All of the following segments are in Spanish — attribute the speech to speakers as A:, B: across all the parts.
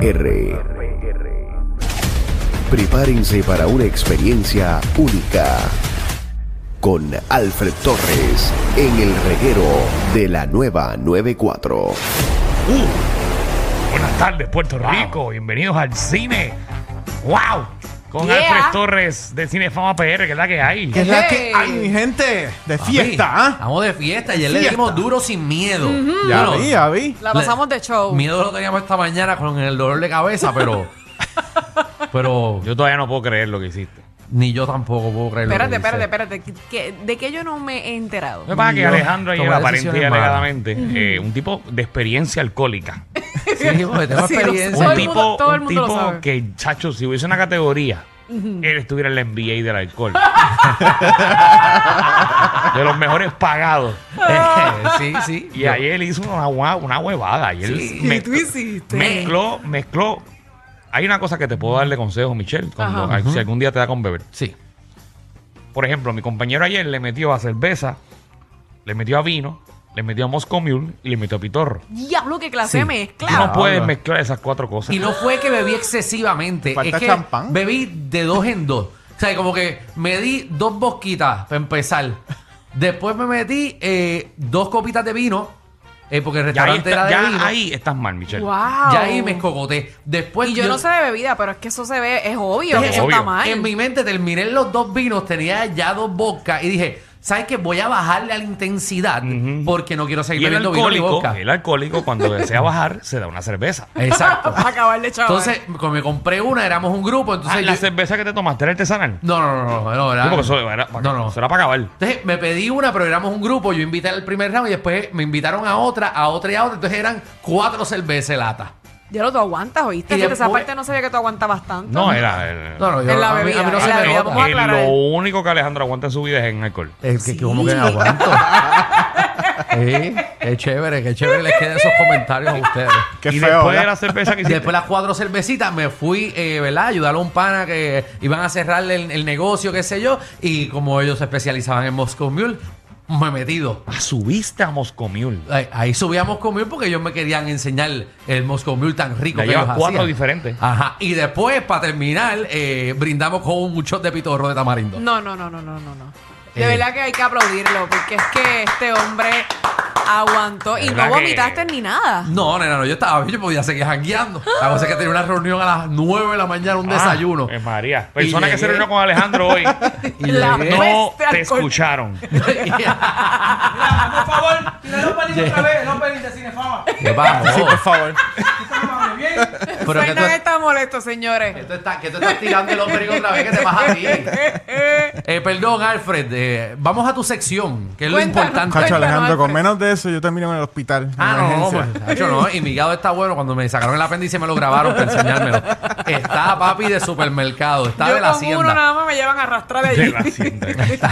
A: R. Prepárense para una experiencia única con Alfred Torres en el reguero de la nueva 94.
B: Buenas tardes, Puerto Rico. Bienvenidos al cine. ¡Wow! Con
C: Yeah.
B: Alfred Torres de Cinefama PR, que es la que hay.
D: Que es la que
C: Hey.
D: hay, mi gente, de fiesta,
E: Papi,
D: ¿ah?
E: Estamos de fiesta. Ayer le
D: Fiesta.
E: dimos duro sin miedo.
D: Ya
E: Bueno,
D: vi, ya vi.
C: La pasamos de show.
E: Miedo lo teníamos esta mañana con el dolor de cabeza, pero. pero
B: Yo todavía no puedo creer lo que hiciste.
E: ni yo tampoco puedo creerlo.
C: Espérate, espérate, espérate. ¿Qué- qué- ¿De qué yo no me he enterado?
B: Lo que pasa es que
E: Dios,
B: Alejandro ayer
E: tomar
B: aparente y
E: decisiones malas.
B: alegadamente, eh, un tipo de experiencia alcohólica.
E: espérate. Sí, porque tengo
C: Sí, lo
E: experiencia.
C: Todo
B: Un
C: el mundo-
B: tipo,
C: todo el
B: un
C: mundo lo
B: tipo
C: sabe.
B: que, chacho, si hubiese una categoría, él estuviera en la NBA del alcohol. de los mejores pagados.
E: sí, sí.
B: Y ayer hizo una, gua- una huevada. Ayer
E: Sí.
C: ¿Qué tú hiciste?
B: Mezcló, mezcló. Hay una cosa que te puedo darle consejo, Michelle, cuando,
C: Ajá.
B: si algún día te da con beber.
E: Sí.
B: Por ejemplo, mi compañero ayer le metió a cerveza, le metió a vino, le metió a Moscow Mule y le metió a pitorro.
C: Diablo, qué clase de
E: Sí.
B: Tú
C: mezcla.
B: no
E: Diablo.
B: puedes mezclar esas cuatro cosas.
E: Y no fue que bebí excesivamente.
D: Falta
E: es que
D: champán.
E: Bebí de dos en dos. O sea, como que me di dos bosquitas para empezar. Después me metí eh, dos copitas de vino, eh, porque el
B: ya ahí,
E: restaurante
B: está-
E: era de
B: ya
E: vino.
B: ahí estás mal, Michelle.
C: Wow.
E: Ya ahí me escogoté. Después
C: Y yo no sé de bebida, pero es que eso se ve, es obvio
B: Es
C: que eso
B: obvio.
C: está mal.
E: En mi mente terminé los dos vinos, tenía ya dos bocas y dije, ¿sabes qué? Voy a bajarle a la intensidad porque no quiero seguir
B: Y el
E: bebiendo vino y
B: alcohólico,
E: vodka.
B: el alcohólico, cuando desea bajar, se da una cerveza.
E: Exacto.
C: Para acabarle, chaval.
E: Entonces, como me compré una, éramos un grupo, entonces
B: Ah, la
E: yo-
B: cerveza que te tomaste era artesanal.
E: No, no, no, no, no, era-
B: Sí, porque eso era para,
E: No, no.
B: eso era para acabar.
E: Entonces me pedí una, pero éramos un grupo. Yo invité al primer round y después me invitaron a otra, a otra y a otra. Entonces eran cuatro cervezas lata.
C: Ya lo tú aguantas, ¿oíste?
E: Y
C: Fíjate, esa
E: después-
C: parte no sabía que tú aguantabas tanto.
B: No, era. era-
E: No, no, yo,
C: En la
E: a, mí, a mí
C: bebida,
E: no
C: en
E: se
C: la
E: me
C: bebida,
E: nota.
C: vamos a
B: Ah, que
C: aclarar.
B: lo único que Alejandro aguanta en su vida es en alcohol.
E: Es que como que no aguanto. sí, qué chévere, qué chévere les quedan esos comentarios a ustedes.
D: Qué
B: y
D: feo,
B: después
D: ¿verdad?
B: de la cerveza que
E: Y
B: hiciste,
E: después las cuatro cervecitas me fui, eh, ¿verdad? A Ayudar a un pana que iban a cerrarle el, el negocio, qué sé yo. Y como ellos se especializaban en Moscow Mule, me he metido.
B: ah, subiste a Moscow Mule.
E: Ahí, ahí subíamos con Mule porque ellos me querían enseñar el Moscow Mule tan rico
B: Ya
E: que
B: llevas
E: ellos
B: cuatro
E: hacían.
B: diferentes.
E: Ajá. Y después, para terminar, eh, brindamos con un shot de pitorro de tamarindo.
C: No, no, no, no, no, no, no. De
E: Eh.
C: verdad que hay que aplaudirlo, porque es que este hombre aguantó y
B: De
C: no
B: verdad que-
C: vomitaste ni nada.
E: No, nena, no, yo estaba, yo podía seguir jangueando. La cosa es que tenía una reunión a las 9 de la mañana, un
B: Ah,
E: desayuno.
B: es María. Persona
E: Y
B: que se
E: llegué.
B: reunió con Alejandro hoy.
E: Y
C: La
E: llegué.
B: no
C: peste
B: te
C: alcohol.
B: escucharon.
F: Por favor, tira los palitos otra vez, los palitos de cinefama.
E: ¿Qué pasó?
D: Sí, por favor.
F: bien.
E: Pero que tú,
C: Fernan está molesto, señores.
E: que tú estás, que tú estás tirando el hombre otra vez que te vas a ti. Eh, perdón, Alfred, eh, vamos a tu sección, que es lo
C: Cuéntanos,
E: importante.
D: Cacho,
C: Cuéntanos,
D: Alejandro, con
C: Alfred.
D: menos de eso yo termino en el hospital. de
E: Ah, no, no,
D: emergencia.
E: pues, Nacho, no, y mi hígado está bueno. Cuando me sacaron el apéndice me lo grabaron para enseñármelo. Está papi de supermercado, está
C: Yo
E: de la
C: con uno
E: hacienda.
C: nada más me llevan a arrastrar de
B: De
C: allí.
B: la cinta.
E: Está-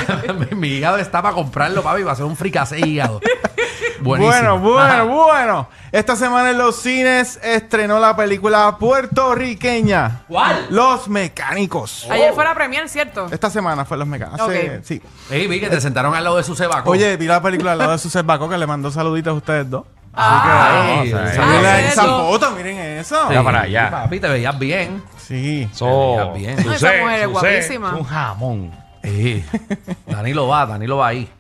E: mi, mi hígado está para comprarlo, papi, va a ser un fricasé hígado.
D: Bueno,
E: Buenísimo.
D: bueno, bueno. Esta semana en los cines estrenó la película puertorriqueña.
E: ¿Cuál?
D: Los Mecánicos.
C: Ayer fue la premier, ¿cierto?
D: Esta semana fue Los Mecánicos. Hace-
C: Ok.
D: Sí.
E: Ey, vi que te sentaron al lado de su cebaco.
D: Oye, vi la película al lado de Suset Baco que le mandó saluditos a ustedes dos.
E: Ay,
B: Ah,
E: sí.
D: Miren
C: Ah,
D: esa
C: eso.
D: foto, miren eso.
B: Ya para allá.
E: Papi, te veías bien.
D: Sí.
B: So,
E: Te veías bien.
C: Esa
B: sucede,
C: mujer es
B: sucede,
C: guapísima.
B: es Un jamón.
E: Ey, Danilo va, Danilo va ahí.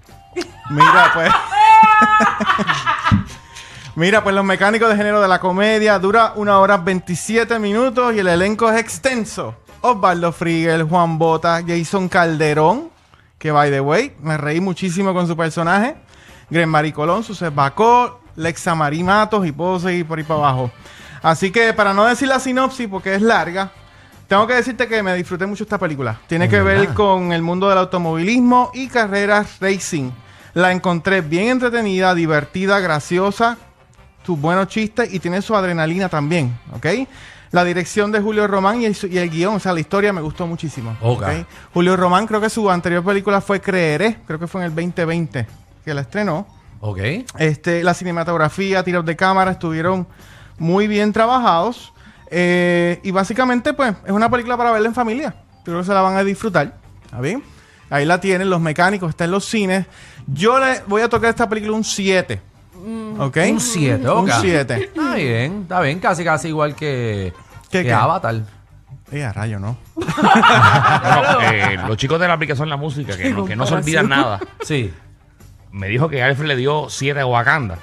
D: Mira, pues. Mira, pues los mecánicos de género de la comedia dura una hora 27 minutos y el elenco es extenso. Osvaldo Frigel, Juan Bota, Jason Calderón, que by the way, me reí muchísimo con su personaje. Grenmari Colón, Suset Bacó, Lexa Marí Matos y puedo seguir por ahí para abajo. Así que para no decir la sinopsis, porque es larga, tengo que decirte que me disfruté mucho esta película. Tiene que ver con el mundo del automovilismo y carreras racing. La encontré bien entretenida, divertida, graciosa, tus buenos chistes y tiene su adrenalina también, ¿ok? La dirección de Julio Román y el, su- y el guión, o sea, la historia me gustó muchísimo.
E: Ok.
D: ¿ok? Julio Román creo que su anterior película fue Creeré, creo que fue en el 2020 que la estrenó.
E: Ok.
D: Este, la cinematografía, tiros de cámara estuvieron muy bien trabajados. Eh, y básicamente, pues, es una película para verla en familia. Yo creo que se la van a disfrutar. ¿Está bien? Ahí la tienen, los mecánicos, está en los cines. Yo le voy a tocar esta película un 7.
C: Mm.
D: ¿Ok?
E: Un 7, ok.
D: Un 7.
E: Está bien, está bien. Casi, casi igual que,
D: ¿Qué,
E: que
D: qué?
E: Avatar.
D: Eh, a rayo, ¿no?
B: Bueno, eh, los chicos de la aplicación La Música, que no, que no se olvidan nada,
E: Sí.
B: me dijo que Alfred le dio 7 a Wakanda.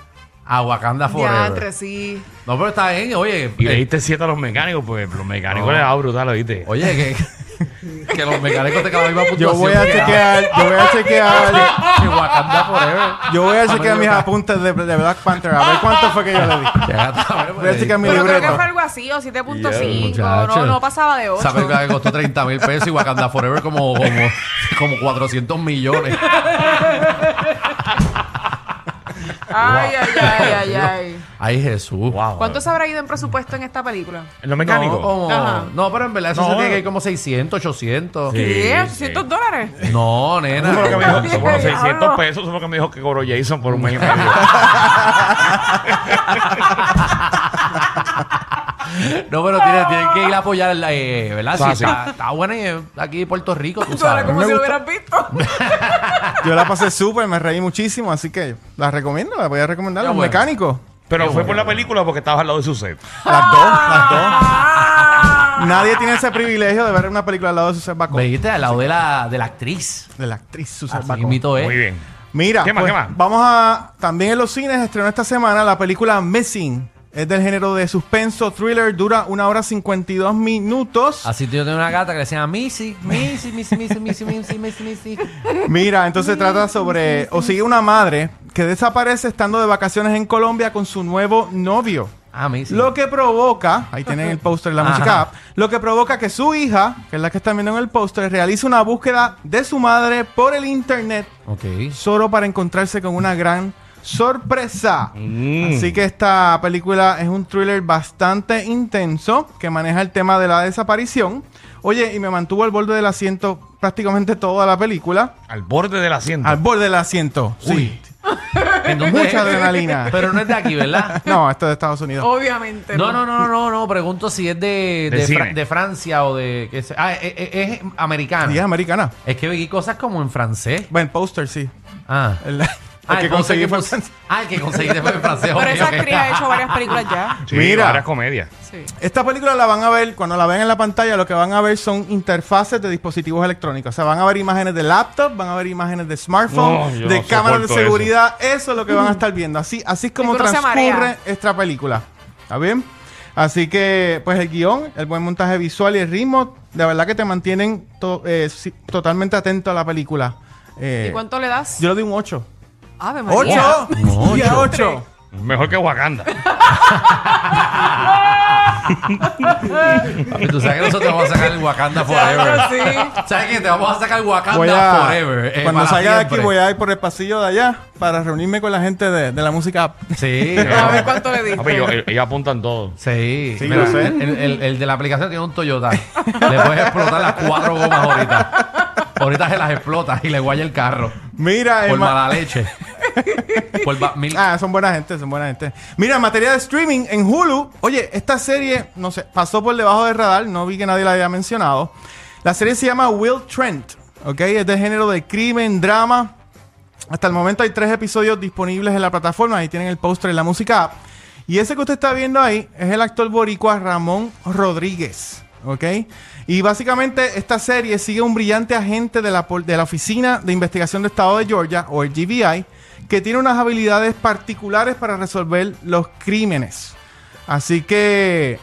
E: A Wakanda
C: Ya,
E: Forever.
C: entre sí.
E: No, pero está bien, oye.
B: Y
E: eh,
B: le diste 7 a los mecánicos, pues los mecánicos
E: No.
B: le daban brutal, ¿oíste?
E: Oye, que, que los mecánicos te acaban de ir a
D: Yo voy a
E: puntuación.
D: chequear, yo voy a chequear,
E: Que Wakanda Forever.
D: yo voy a chequear mis apuntes de, de Black Panther, a ver cuánto fue que yo le di. Voy a chequear mi
C: Pero creo que
D: libreto.
C: fue algo así, o 7.5.
E: Muchacho.
C: no, no pasaba de 8.
E: Esa película que costó 30 mil pesos y Wakanda Forever como, como, como 400 millones.
C: Ay, ay, ay, ay, ay.
E: Ay, Jesús.
B: Wow.
C: ¿Cuánto se habrá ido en presupuesto en esta película?
B: Los
E: No,
B: mecánicos.
E: como-
C: Ajá.
E: no, pero en verdad eso
B: No,
E: se tiene que
B: eh.
E: ir como 600, 800.
B: Sí,
C: ¿Qué?
B: sí.
C: ¿800 dólares?
E: No, nena.
B: Eso fue lo que me dijo, eso fue los
C: Ay,
B: 600
C: ahora.
B: pesos, eso fue lo que me dijo que cobró Jason por un mes y medio.
E: No, pero tienen, tienen que ir a apoyar, eh, ¿verdad? Sí,
B: Ah, sí.
E: está, está buena eh, aquí en Puerto Rico, tú
C: Tú hablas
E: sabes.
C: como
D: me
C: si lo
D: gustó.
C: hubieras visto.
D: Yo la pasé súper, me reí muchísimo, así que la recomiendo, la voy a recomendar.
E: Ya,
D: Los
E: bueno.
D: mecánicos.
B: Pero fue por la película porque estabas al lado de su set.
D: Las dos, las dos.
C: Ah.
D: Nadie tiene ese privilegio de ver una película al lado de Susan Bacon.
E: Viste, al lado de la, de la actriz.
D: De la actriz Susan
E: Así
D: Bacon.
E: mismito es.
B: Muy bien.
D: Mira,
B: ¿Qué más,
D: pues,
B: qué más?
D: vamos a... También en los cines estrenó esta semana la película Missing. Es del género de suspenso, thriller, dura una hora 52 minutos.
E: Así yo tengo una gata que le decía Missy, Missy, Missy, Missy, Missy, Missy, Missy, Missy.
D: Mira, entonces trata sobre... O sigue una madre que desaparece estando de vacaciones en Colombia con su nuevo novio.
E: Ah, Missy.
D: Lo que provoca, ahí tienen el póster de la
E: Ajá.
D: música app, lo que provoca que su hija, que es la que están viendo en el póster, realice una búsqueda de su madre por el internet
E: Ok.
D: solo para encontrarse con una gran sorpresa.
B: Mm.
D: Así que esta película es un thriller bastante intenso que maneja el tema de la desaparición. Oye, y me mantuvo al borde del asiento prácticamente toda la película.
B: Al borde del asiento.
D: Al borde del asiento. Sí.
E: ¿En dónde
D: Mucha
E: es?
D: adrenalina.
E: Pero no es de aquí, ¿verdad?
D: No, esto es de Estados Unidos.
C: Oh. Obviamente.
E: No, no, no, no, no. Pregunto si es de,
B: De
E: de, Fra-
B: cine.
E: de Francia o de... qué sé- Ah, es, es- es americana.
D: Y es americana.
E: Es que vi cosas como en francés.
D: Bueno, el póster, sí.
E: Ah.
D: El, el que
E: el póster
D: conseguí fue-
E: pus- Ah, el que conseguiste fue en francés.
C: Pero
E: ok,
C: esa
E: ok.
C: actriz ha hecho varias películas ya.
B: Sí,
D: Mira.
B: varias comedias.
C: Sí.
D: Esta película la van a ver, cuando la vean en la pantalla, lo que van a ver son interfaces de dispositivos electrónicos. O sea, van a ver imágenes de laptop, van a ver imágenes de
B: No,
D: smartphone,
B: yo
D: de
B: no
D: cámaras de
B: soporto Mm.
D: seguridad. Eso. es lo que van a estar viendo. Así, así es como
C: Seguro se
D: transcurre
C: marea.
D: esta película. ¿Está bien? Así que, pues el guión, el buen montaje visual y el ritmo, de verdad que te mantienen to- eh, sí, totalmente atento a la película. Eh,
C: ¿Y cuánto le das?
D: Yo le di un 8.
C: Ave María.
D: ¡8! ¡Y a 8!
B: Mejor que Wakanda.
E: Papi, Tú sabes que nosotros vamos a sacar el Wakanda
C: Claro,
E: Forever.
C: sí.
E: ¿Sabes qué? Te vamos a sacar el Wakanda
D: Voy a-
E: Forever. eh,
D: cuando
E: para
D: salga de aquí
E: siempre.
D: voy a ir por el pasillo de allá para reunirme con la gente de, de la música.
E: Sí. eh.
C: A ver cuánto le
B: Papi, yo- eh,
C: diste.
B: ellos apuntan todo.
E: Sí,
D: Sí,
E: mira,
D: lo sé.
E: El, el- el de la aplicación tiene un Toyota. le puedes explotar las cuatro gomas ahorita. Ahorita se las explota y le guaya el carro.
D: Mira,
E: Por
D: en ma-
E: mala leche. por ba- mil.
D: ah, son buena gente, son buena gente. Mira, en materia de streaming en Hulu, oye, esta serie, no sé, pasó por debajo del radar, no vi que nadie la había mencionado. La serie se llama Will Trent, ¿ok? Es de género de crimen, drama. Hasta el momento hay tres episodios disponibles en la plataforma, ahí tienen el póster en la música app. Y ese que usted está viendo ahí es el actor boricua Ramón Rodríguez. ¿Ok? Y básicamente esta serie sigue un brillante agente de la, pol- de la Oficina de Investigación de Estado de Georgia, o el GBI, que tiene unas habilidades particulares para resolver los crímenes. Así que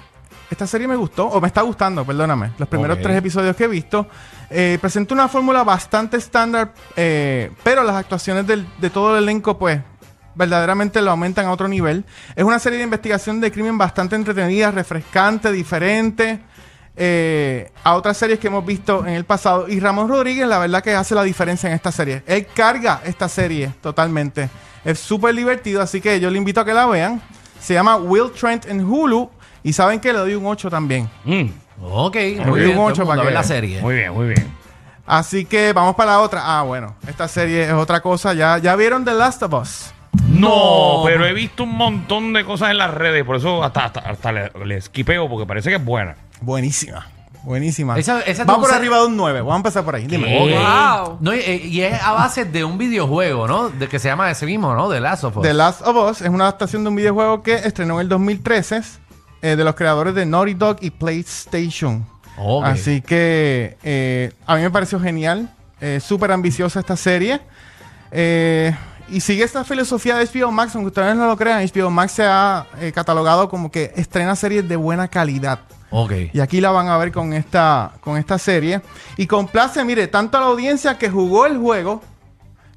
D: esta serie me gustó, o me está gustando, perdóname, los primeros
E: Ok.
D: tres episodios que he visto. Eh, presenta una fórmula bastante estándar, eh, pero las actuaciones del- de todo el elenco, pues, verdaderamente lo aumentan a otro nivel. Es una serie de investigación de crimen bastante entretenida, refrescante, diferente. eh, a otras series que hemos visto en el pasado y Ramón Rodríguez la verdad que hace la diferencia en esta serie él carga esta serie totalmente es súper divertido así que yo le invito a que la vean Se llama Will Trent en Hulu. Y saben que le doy un 8 también.
B: Mm,
E: Ok,
D: un
E: muy bien. todo el
D: ocho
E: mundo
D: para
E: a ver
D: que
E: la
D: vean.
E: serie.
B: Muy bien, muy bien.
D: Así que vamos para la otra. Ah, bueno, esta serie es otra cosa. Ya, ya vieron The Last of Us.
B: No, pero he visto un montón de cosas en las redes, por eso hasta, hasta, hasta le, le skipeo porque parece que es buena.
D: Buenísima. Buenísima.
E: Esa- esa
D: Va
E: tuvo
D: por
E: ser-
D: arriba de un 9. Vamos a empezar por ahí. Dime.
B: ¿Qué?
C: Wow.
E: Eh, No, y, eh, y es a base de un videojuego, ¿no? De, que se llama ese mismo, ¿no? De Last of Us.
D: The Last of Us es una adaptación de un videojuego que estrenó en el 2013 eh, de los creadores de Naughty Dog y PlayStation.
E: Ok.
D: Así que eh, a mí me pareció genial, eh, súper ambiciosa esta serie. Eh, y sigue esta filosofía de HBO Max, aunque ustedes no lo crean, HBO Max se ha eh, catalogado como que estrena series de buena calidad.
E: Ok.
D: Y aquí la van a ver con esta, con esta serie. Y complace, mire, tanto a la audiencia que jugó el juego,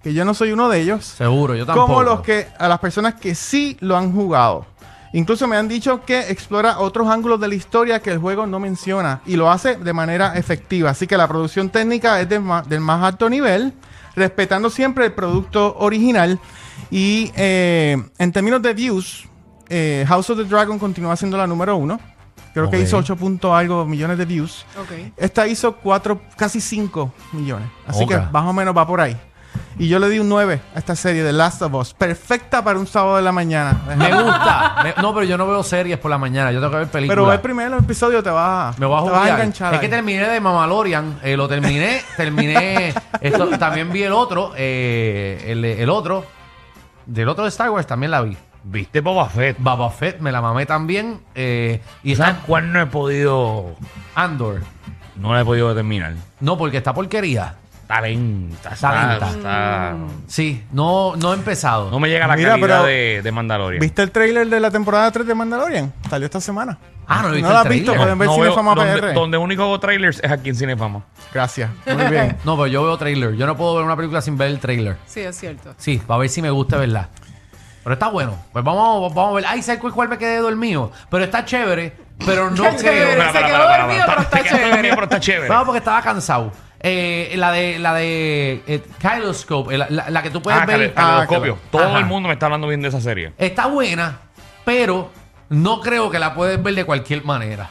D: que yo no soy uno de ellos,
E: Seguro, yo tampoco.
D: como los que a las personas que sí lo han jugado. Incluso me han dicho que explora otros ángulos de la historia que el juego no menciona y lo hace de manera efectiva. Así que la producción técnica es de ma- del más alto nivel, respetando siempre el producto original. Y eh, en términos de views, eh, House of the Dragon continúa siendo la número uno. Creo
E: Ok.
D: que hizo 8 punto algo millones de views.
C: Ok.
D: Esta hizo 4, casi 5 millones. Así
E: Oca.
D: que más o menos va por ahí. Y yo le di un 9 a esta serie de Last of Us. Perfecta para un sábado de la mañana.
E: Me gusta. Me- no, pero yo no veo series por la mañana. Yo tengo que ver películas.
D: Pero el primer episodio te vas a,
E: Me voy a
D: te vas
E: jugar.
D: enganchar.
E: Es que
D: ahí.
E: terminé de Mamalorian. eh, lo terminé. terminé. Esto, también vi el otro. eh, el, el otro. Del otro de Star Wars también la vi.
B: ¿Viste Boba Fett?
E: Baba Fett me la mamé también. eh, y
B: ¿Sabes
E: está
B: cuál no he podido?
E: Andor.
B: No la he podido determinar.
E: No, porque está porquería.
B: Está lenta,
E: Está
B: está,
E: lenta.
B: está-
E: Sí, no, no he empezado.
B: No me llega la
D: Mira,
B: calidad
D: pero-
B: de, de Mandalorian.
D: ¿Viste el trailer de la temporada 3 de Mandalorian? Salió esta semana.
E: Ah, no he visto
D: lo
E: el
D: has visto.
E: trailer.
D: Pueden ver
B: No veo-
D: Cinefama
B: donde,
D: PR.
B: donde único hago trailers es aquí en Cinefama.
D: Gracias. Muy bien.
E: No, pero yo veo trailer. Yo no puedo ver una película sin ver el trailer.
C: Sí, es cierto.
E: Sí, para ver si me gusta, ¿verdad? Pero está bueno. Pues vamos, vamos a ver. Ay, sé cuál cuál me quedé dormido. Pero está chévere. Pero no
C: Está
E: creo.
C: chévere. se quedó dormido, pero está
B: Se quedó dormido,
C: chévere.
B: pero está chévere.
E: No, porque estaba cansado. Eh, la de la de eh, Kaleidoscope, eh, la, la- la que tú puedes
B: Ah,
E: ver.
B: cale- caleidoscopio.
D: Ah,
B: Todo
E: Ajá.
B: el mundo me está hablando bien de esa serie.
E: Está buena, pero no creo que la puedes ver de cualquier manera.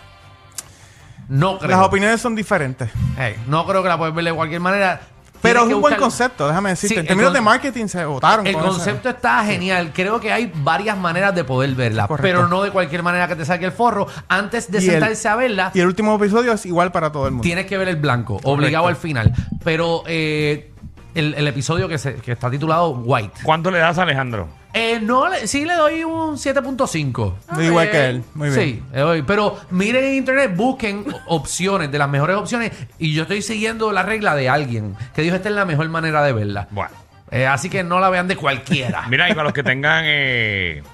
E: No creo.
D: Las opiniones son diferentes.
E: Ey, no creo que la puedes ver de cualquier manera.
D: Pero
E: Tienes
D: es
E: que
D: un buen
E: buscar-
D: concepto, déjame decirte. en
E: Sí, el
D: términos
E: con-
D: de marketing se votaron.
E: El
D: con esa-
E: concepto está genial. Creo que hay varias maneras de poder verla,
D: Correcto.
E: pero no de cualquier manera que te saque el forro. Antes de
D: Y el-
E: sentarse a verla,
D: Y el último episodio es igual para todo el mundo.
E: tienes que ver el blanco, obligado al final. Pero eh, el, el episodio que, se- que está titulado White.
B: ¿Cuánto le das a Alejandro?
E: Eh, no, le- sí le doy un 7.5.
D: Igual que él. Muy bien.
E: Eh, Sí, le doy. pero miren en internet, busquen opciones, de las mejores opciones. Y yo estoy siguiendo la regla de alguien que dijo: Esta es la mejor manera de verla.
B: Bueno.
E: Eh, así que no la vean de cualquiera.
B: Mira, y para los que tengan eh,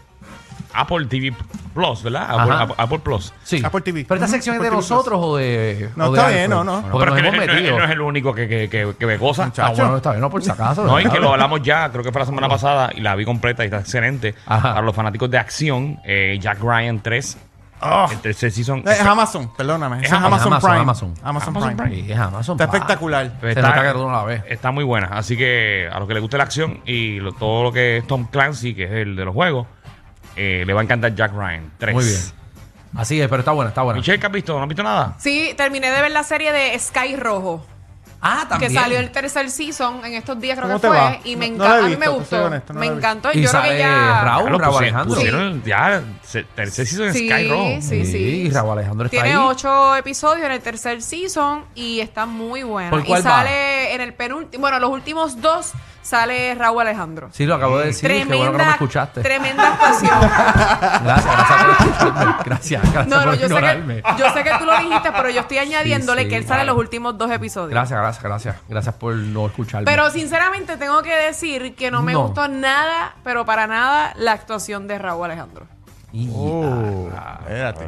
B: Apple TV Plus, ¿verdad? Apple,
E: Ajá. Pues
B: Ap- Apple Plus.
E: Sí.
D: Apple TV.
E: Pero esta
D: Ujú.
E: sección
D: Apple
E: es de
D: TV+.
E: nosotros o de.
D: No,
E: o de
D: está
E: Alfred.
D: bien, no, no.
E: Porque nos
B: que él-
E: hemos
B: él- él
E: metido.
B: no es el único que, que, que, que ve cosas.
E: Ah, bueno, está bien, no por si acaso.
B: No, y
E: ¿verdad?
B: que lo hablamos ya, creo que fue la semana pasada y la vi completa y está excelente.
E: Ajá.
B: Para los fanáticos de acción, eh, Jack Ryan 3,
D: Ah.
B: el tercer
C: Eh,
B: season.
D: No, Es Amazon, perdóname.
B: Es
D: Es Amazon,
E: Amazon,
D: Prime.
E: Amazon.
D: Amazon,
B: Amazon
D: Prime.
B: Prime.
E: Sí, es Amazon.
D: Está
E: pa.
D: espectacular.
E: Se nota que tú no la ves.
B: está muy buena. Así que a los que les guste la acción y lo- todo lo que es Tom Clancy, que es el de los juegos, eh, le va a encantar Jack Ryan 3.
E: Muy bien. Así es, pero está buena, está buena.
B: Michelle, ¿qué has visto? ¿No has visto nada?
C: Sí, terminé de ver la serie de Sky Rojo.
E: Ah, también.
C: Que salió el tercer season en estos días, creo
D: ¿Cómo
C: que
D: te
C: fue.
D: va?
C: Y me
D: No- no la
C: encanta.
D: he
C: a mí me
D: visto, te
C: gustó.
D: soy honesto, no
C: me
D: la he visto.
C: encantó.
E: Y
C: Y yo creo
E: sale
C: que ya.
E: Raúl.
B: Claro,
E: Raúl
B: pusi-
E: Alejandro.
B: pusieron ya se- tercer season de
C: Sí,
B: Sky Row.
C: sí, sí.
E: Raúl Alejandro está
C: Tiene
E: ahí.
C: ocho episodios en el tercer season y está muy buena.
E: ¿Por
C: y
E: cuál va?
C: sale en el penúltimo, bueno, los últimos dos sale Raúl Alejandro.
E: Sí, lo acabo de decir. Qué bueno que no me escuchaste.
C: tremenda actuación.
E: Gracias, gracias por escucharme. Gracias, gracias
C: No, no,
E: por
C: yo sé,
E: ignorarme.
C: que, Ah, yo sé que tú lo dijiste, pero yo estoy añadiéndole
E: sí,
C: que él sale en
E: claro.
C: los últimos dos episodios.
E: Gracias, gracias, gracias. Gracias por no escucharme.
C: Pero sinceramente tengo que decir que no me
E: No.
C: gustó nada, pero para nada, la actuación de Raúl Alejandro.
E: Y-
D: Oh, espérate.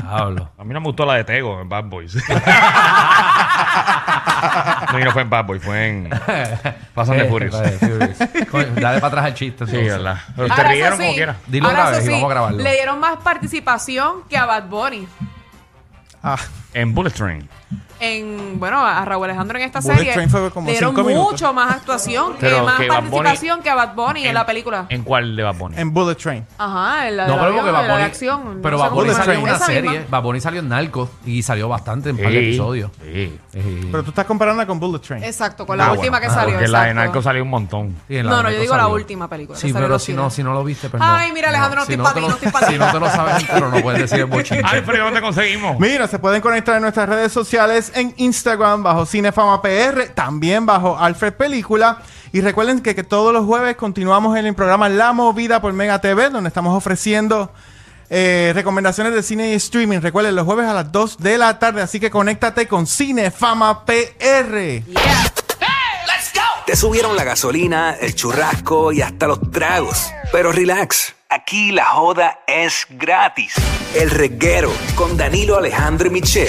E: Diablo.
B: A mí no me gustó la de Tego en Bad Boys. no, y no fue en Bad Boys, fue en Pasan de
E: Eh,
B: Furious.
E: Fast and Furious. Coño, Dale para atrás al chiste.
B: Sí,
E: entonces.
B: verdad. Pero te
C: Ahora, eso
B: rieron
C: sí,
B: como quieras.
E: Dilo
C: ahora,
E: otra
C: eso
E: vez y
C: sí,
E: vamos a grabarlo.
C: Le dieron más participación que a Bad Bunny.
D: Ah,
B: En Bullet Train.
C: en, bueno, a Raúl Alejandro en esta
D: Bullet
C: serie
D: Train fue como
C: le dieron
D: cinco minutos.
C: mucho más actuación, que
B: Pero
C: más
B: que Bad Bunny-
C: participación que a Bad Bunny en, la película.
B: ¿En cuál de Bad Bunny?
D: En Bullet Train.
C: Ajá, en la, de
E: No,
C: la
E: pero porque
C: avión, en
E: Bad
C: la de
E: Bunny-
C: acción.
E: Pero
C: no sé
E: Bad
C: cómo
E: Bunny
C: se
E: salió en
C: llama.
E: una
C: Esa misma.
E: serie. Bad Bunny salió en Narcos y salió bastante en un par de
B: Sí,
E: episodios.
B: sí.
E: Sí.
D: Pero tú estás comparándola con Bullet Train.
C: Exacto, con la
B: Ah,
C: última
B: bueno. Ah,
C: que salió.
B: Porque la de
C: exacto.
B: Narcos salió un montón.
E: Sí, en
C: No, no,
E: de
C: yo
E: Narcos
C: digo la
E: salió.
C: última película,
E: Sí,
C: que salió
E: pero
C: en
E: si
C: los
E: no,
C: cines.
E: si no lo viste, pues
C: Ay, mira, Alejandro, no estoy pa'
E: te
C: ti,
E: lo-
C: no estoy pa'
E: Si
C: ti.
E: no te lo sabes entero, no puedes decir el bochinche.
B: Alfredo, ¿dónde conseguimos?
D: Mira, se pueden conectar en nuestras redes sociales en Instagram bajo Cinefama PR, también bajo Alfred Película. Y recuerden que, que todos los jueves continuamos en el programa La Movida por Mega TV, donde estamos ofreciendo eh, recomendaciones de cine y streaming. Recuerden, los jueves a las 2 de la tarde, así que conéctate con Cinefama PR.
G: Te subieron la gasolina, el churrasco y hasta los tragos. Pero relax, aquí la joda es gratis. El reguero con Danilo Alejandro y Michel.